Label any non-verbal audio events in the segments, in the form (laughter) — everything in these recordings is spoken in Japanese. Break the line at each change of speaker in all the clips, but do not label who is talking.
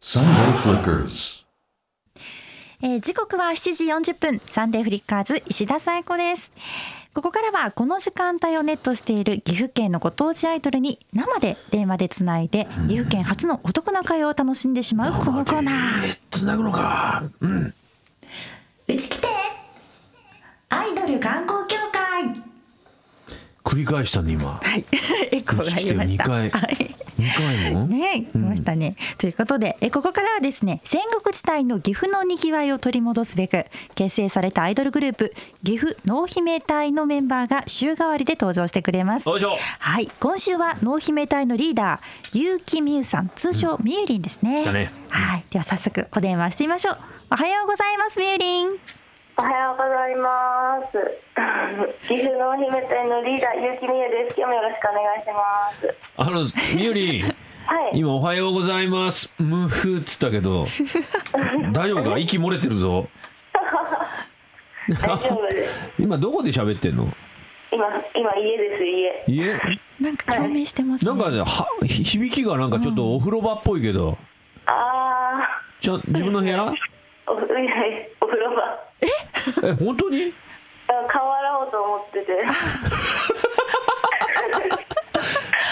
Sunday Flickers.
えー時刻は7時40分サンデーフリッカーズ石田紗友子ですここからはこの時間帯をネットしている岐阜県のご当地アイドルに生で電話でつないで岐阜県初のお得な会話を楽しんでしまうこのコーナー
つなぐのか
うち来てアイドル観光協会
繰り返したね今
はい (laughs) エコーが入りました
うち来てよ二回
はい
2回も、
ねえ、いましたね。ということでえ、ここからはですね、戦国時代の岐阜のにぎわいを取り戻すべく、結成されたアイドルグループ、岐阜濃姫隊のメンバーが週替わりで登場してくれます。
よいしょ
はい、今週は濃姫隊のリーダー、結城美優さん、通称みゆりんですね。
だね
はい、では早速お電話してみましょう。おはようございます、みゆりん。
おはようございます。 (laughs) 岐阜のお姫店のリーダー、ゆうきみゆです。今日もよろしくお願いします。
あのみゆりん
はい。
今「おはようございます」「ムフ」っつったけど大丈夫
(laughs)
か息漏れてるぞ
大丈夫です。
今どこで喋ってんの
今、今家です、家。
家
なんか共鳴してますね。
なんかねはひ響きがなんかちょっとお風呂場っぽいけど、
あ
ちゃん自分の部屋
ー、お (laughs) 風呂、いやいやお風呂場。
え本当に
顔洗おうと思って
(laughs)
て。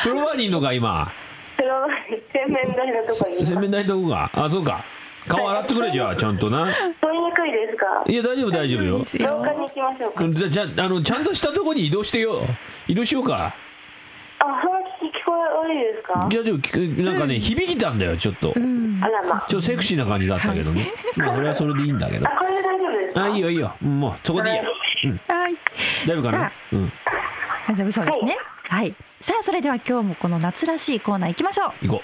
風呂場にいんのか今
風呂場に、洗面台のとこにいます。
洗面台のとこがあそうか顔洗ってくれじゃあちゃんとな
取りにくいですか
いや大丈夫大丈夫よ
です
廊
よ
下に行きましょうか。
じゃじゃあのちゃんとしたとこに移動してよ移動しようか
あ、その聞き聞こえ悪いですか
じゃあでも聞くなんかね、響きたんだよちょっと、
あらま。あ、
ちょっとセクシーな感じだったけどね、まあそれはそれでいいんだけど
これで大丈夫ですか
あいいよいいよもうそこでいいや、うん、
はい。
大丈夫か
さ
な
あ
うん
大丈夫そうですね。はい、さあ、それでは今日もこの夏らしいコーナー行きましょう。
行こ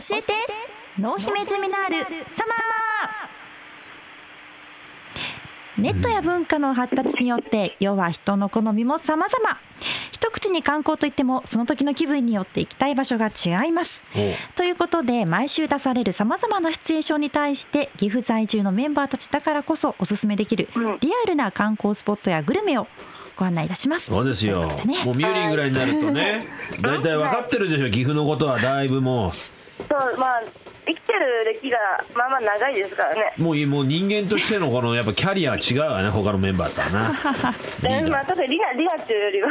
教えて濃姫ゼミナールサマーネットや文化の発達によって世は人の好みも様々一口に観光といってもその時の気分によって行きたい場所が違います
うおう
ということで毎週出されるさまざまなシチュエーションに対して岐阜在住のメンバーたちだからこそおすすめできる
うん
リアルな観光スポットやグルメをご案内いたします。
そうです
と
よ
いうことでね
もうミューリンぐらいになるとね大体分かってるでしょ岐阜のことはだいぶも
そう、まあ、生きてる歴がまあまあ長いですからね。
うもういもう人間としてのこのやっぱキャリアは違うわね他のメンバーとはなリー
えま
ダ
あ、特にリナ、リナっていうよりは。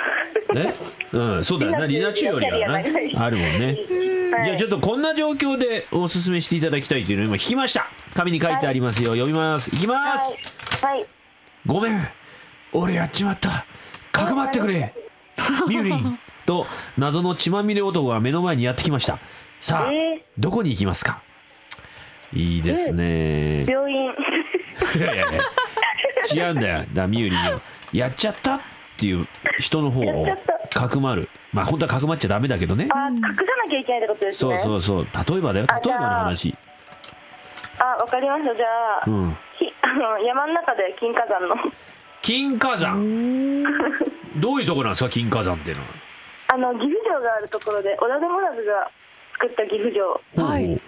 ーねうんそうだよなリ
リ
ナ
ナ
チュウよりはな
リナチュウよりは
あるもんね
はい
じゃあちょっとこんな状況でおすすめしていただきたいというのを今聞きました紙に書いてありますよ読みますいきます、
はい。はい。
ごめん俺やっちまったかくまってくれミューリンと謎の血まみれ男が目の前にやってきましたさあ、
えー
どこに行きますかいいですね、
病院。
いやいやいや違うんだよだからミューリンのやっちゃったっていう人の方を
やっちゃっ
かくまるまあ本当はかくまっちゃダメだけどね
あ、隠さなきゃいけないってことです
そ
ね。
うそうそう例えばだよ
あ
例えばの
じゃあ
話
あ、わかりました。じゃあ、
うん
ひあの山の中で金華山の。
金華山どういうとこなんですか金華山っていうのは
あの、岐阜城があるところで、織田信長が作った岐阜城
はい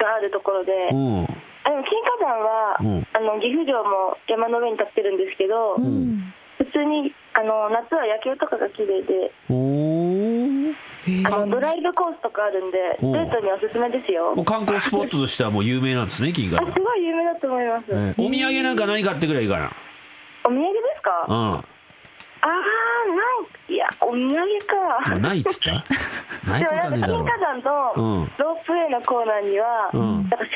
があるところで、
ほうほう
あの金華山は、
うん
あの岐阜城も山の上に立ってるんですけど、
うんうん
普通にあの夏は野球とかが綺麗で、
お
あのドライブコースとかあるんで、
うん
デートにおすすめですよ。
お観光スポットとしてはもう有名なんですね金華
あ、
山
すごい有名だと思います。
ええお土産なんか何買ってくればいいか
お土産ですか？あ
な
あー、ない。いや、お土産
うん、まあ、
か。
ないっつったない
で
こと
もな
はねえだろ
んか金華山
う
の
ん
ロープウェイのコーナーには、
うん
なんか戦国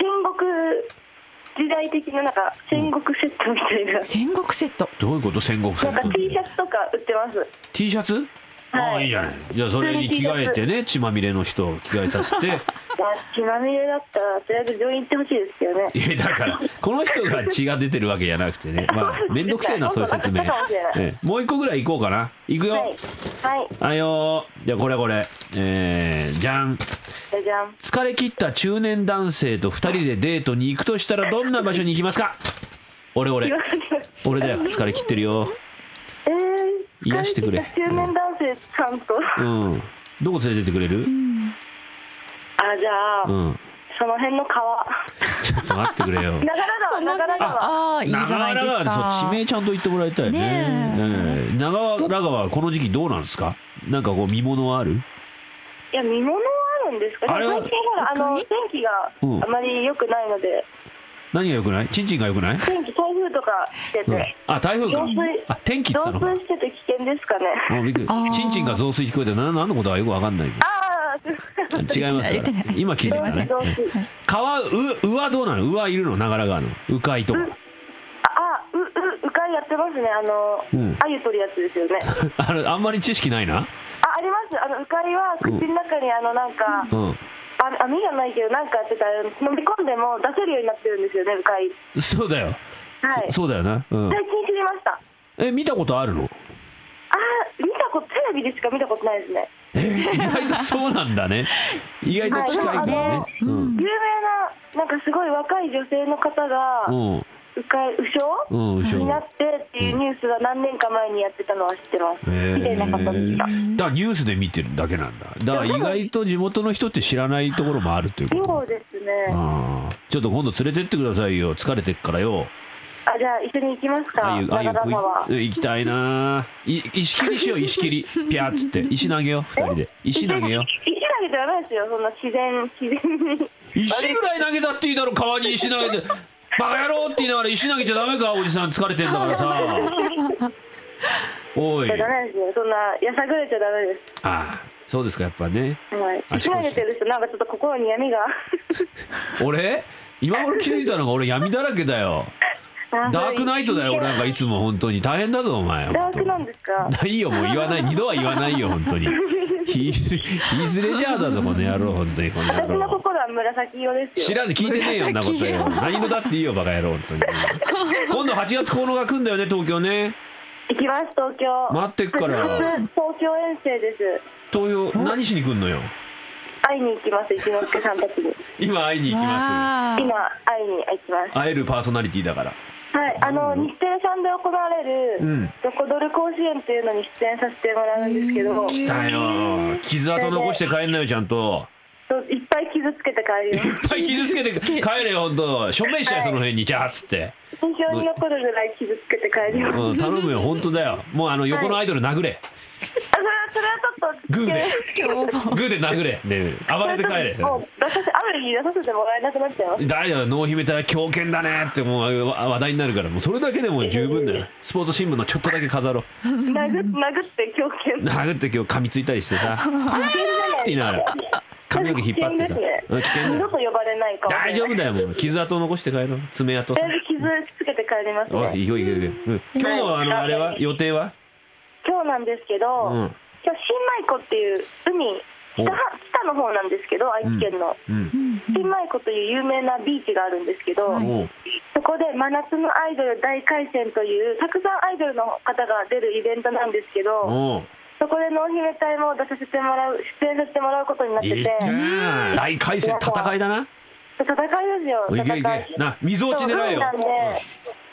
時代的ななんか戦国セットみたいな、
戦国セット
どういうこと戦国戦
なんか T シャ
争
ツとか売っ
(laughs)
てます。
T シャツああいいじゃないじゃあそれに着替えてね血まみれの人を着替えさせ
(laughs)
て
いや血まみれだったらとりあえず病院行ってほしいですけどね。
いやだからこの人が血が出てるわけじゃなくてねまあ面倒くせえなそういう説明
そうかもしれない
ええもう一個ぐらい行こうかな行くよ、
はいはい。
あよーじゃあこれこれえー、じゃん
じゃじゃん。
疲れ切った中年男性と2人でデートに行くとしたらどんな場所に行きますか俺俺
今から
俺だよ疲れ切ってるよ
えー、
癒してくれ
中年男性さんと、あ
うんどこ連れてってくれる
じゃあ、
うん
その辺の川。
ちょっと待ってくれよ
長良川長良川。
ああいいじゃないです
長良川
か
そう地名ちゃんと言ってもらいたいね
ねえ
ええ長良川この時期どうなんですかなんかこう見物はある
いや見物はあなんですか
あれ
ね。
は
最近ほらあの
赤い
天気が
うん
あまり良くないので、
何が良くないチンチンが良くない、
天気台風とか来て
うん
て、
あ台風か
増水
あ天気って言
増
ったのか
水してて危険ですかね。
もうびっくり
あー
チンチンが増水聞こえてな何のことはよく分かんない
ああ、すいません
違います
言
よ
ってない
今気づいた
す
ね
い
増水増水。
川ううはどうなのうはいるの長良川の鵜飼いとか
あ、う、う、うかいやってますね。あの
うん、
鮎取るやつですよね。
(laughs) あれあんまり知識ないな
あ、あります。あの、うかいは口の中にあの、なんか、
うん
あ網じゃないけど、なんかやってたら、飲み込んでも出せるようになってるんですよね、うかい。
そうだよ、
はい。
そそうだよな、うん、
最近知りました。
え見たことあるの
あー、見たこと、テレビでしか見たことないですね。
えー意外とそうなんだ
(laughs)
ね意外と近いんだ
はいで
ね
も、
う
の
ん
有名な、なんかすごい若い女性の方が、
うん
うかい、うしょ
うん鵜匠
になってっていうニュースが何年か前にやってたのは知ってます。
へー
見てなかったですか。
だからニュースで見てるだけなんだだから意外と地元の人って知らないところもあるということ
そうですね。
あーちょっと今度連れてってくださいよ疲れてっからよ
あ、じゃあ一緒に行きますか。
あゆあゆ
長田川。
食い行きたいない石切り
(laughs)
しよう石切りピャーっつって石投げよう二人で石投げ
(laughs)
よう
石投げてはないですよ。そんな自然自然に。
石ぐらい投げたっていいだろ川に石投げてバカ野郎って言いながら石投げちゃダメかおじさん疲れてんだからさおい
じゃダメですよ。そんなやさぐれちゃダメで
あーそうですかやっぱね
す。はい。
あ
石投げてる人なんかちょっと心に闇が。
俺今頃気づいたのが俺闇だらけだよ
あ
ダークナイトだよ俺なんかいつも本当に大変だぞお前
ダークなんですか。
いいよもう言わない二度は言わないよ本当
(laughs)
にひひずれじゃあだぞこの野郎本当にこの野
私の
郎
心は紫色です
知
よ。
らんで聞いてねえよんなことよ何もだっていいよバカ野郎本当に今度8月9日来んだよね東京ね
行きます東京。
待ってっから
初東京遠征です。
東洋何しに来んのよ
会いに行きます一之輔さんたちに。
今会いに行きま
わあ
今会いに行きます
す会えるパーソナリティだから
す。はい。あの日テレさんで行われ
う
る
ん
ドコドル甲子園っていうのに出演させてもらうんですけど。
来たよ傷跡残して帰んなよちゃんと
そういっぱい傷つけて帰
い
り
っ
ます。
ぱい傷つけて帰れよ本当署名しちゃえその辺にじゃあっつって
印象に残るぐらい傷つけて帰ります。
うん頼むよ本当だよもうあの横のアイドル殴れ
あそれはそれはちょっと
グーで
今日も
グーで殴れ、ね、暴れて帰
(laughs)
れ
もう出させ雨に出させてもらえなくなっちゃいます。
大丈夫能姫隊強肩だねってもうわ話題になるからもうそれだけでも十分だよスポーツ新聞のちょっとだけ飾ろう
殴殴って狂犬。
殴って今日噛みついたりしてさ「帰れ!」って言いながら髪の毛引っ張って
(laughs)
さうん危険だ
二度
よ
と呼ばれないかも。
大丈夫だよもう傷跡残して帰ろう爪痕
と
さ
りあえず傷つけて帰ります
おい
ね。
いよいよいよ、うん、今日のあのあれは予定は
今日なんですけど、
うん
今日新米湖っていう海北は北の方なんですけど愛知県の、
うん
新米湖という有名なビーチがあるんですけど、
おう
そこで真夏のアイドル大回戦というたくさんアイドルの方が出るイベントなんですけど
おう
そこで能姫隊も出させてもらう出演させてもらうことになってて
いいじゃん大回戦戦いだな
戦いですよ
おいいけい
戦い
けな水落ち狙えよ
そう海なんで、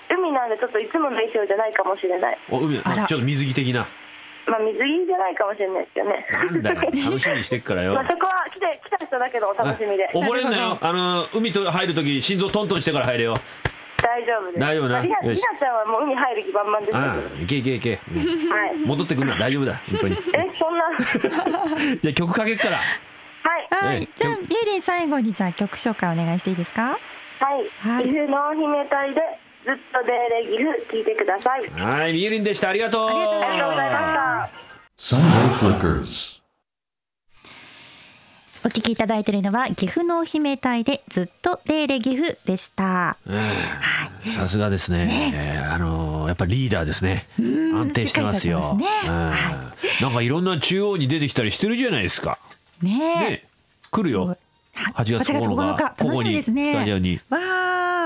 海なんでちょっといつもの衣装じゃないかもしれない
お海
あら
ちょっと水着的な
まあ水着じゃないかもしれないですよね
なん
(laughs)
だよ楽しみにしてっからよ
まあそこは来て来た人だけどお (laughs) 楽しみで
溺れんなよあの海と入るとき心臓トントンしてから入れよ
大丈夫です
大丈夫な
まありな
よ
り
し
なちゃんはもう海入る気満々ですけど
ああいけいけいけ、うん
はい
戻ってくんな大丈夫だ本当にじ
えそんな (laughs)
ゃあ曲かけっから
は
は
い
いじゃあゆりん最後にじゃあ曲紹介お願いしていいですか
は
はい
い、岐阜の姫隊でずっとデーレギフ聞いてください。
はいみゆりんでしたありがとう
ありがとうご
ありがとうございました。
Sunday Flickers.
お聞きいただいているのは岐阜のお姫隊でずっとデーレ岐阜でした
うんさすがですねえーあのーやっぱリーダーですね安定してますよ
しっかりされて
うん
ますね
なんかいろんな中央に出てきたりしてるじゃないですか
ねえ
ね来る
すごい
よ
は
8月9日こ
楽
こ
しみ
に
です
ス
ね
タジオに
わ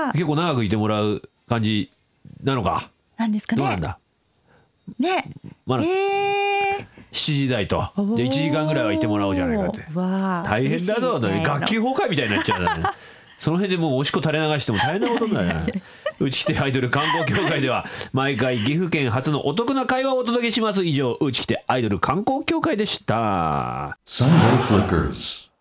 あ
結構長くいてもらう感じなのか
なんですか
どうなん
ね
だ
ね
まだ
ええ
7時台とで1時間ぐらいはいてもらおうじゃないかって
わあ
大変だ
嬉
ぞ、
しいですね
学級崩壊みたいになっちゃうね
(laughs)
その辺でもうおしっこ垂れ流しても大変なことになるなうちきてアイドル観光協会では毎回岐阜県初のお得な会話をお届けします以上うちきてアイドル観光協会でした
Sunday Flickers.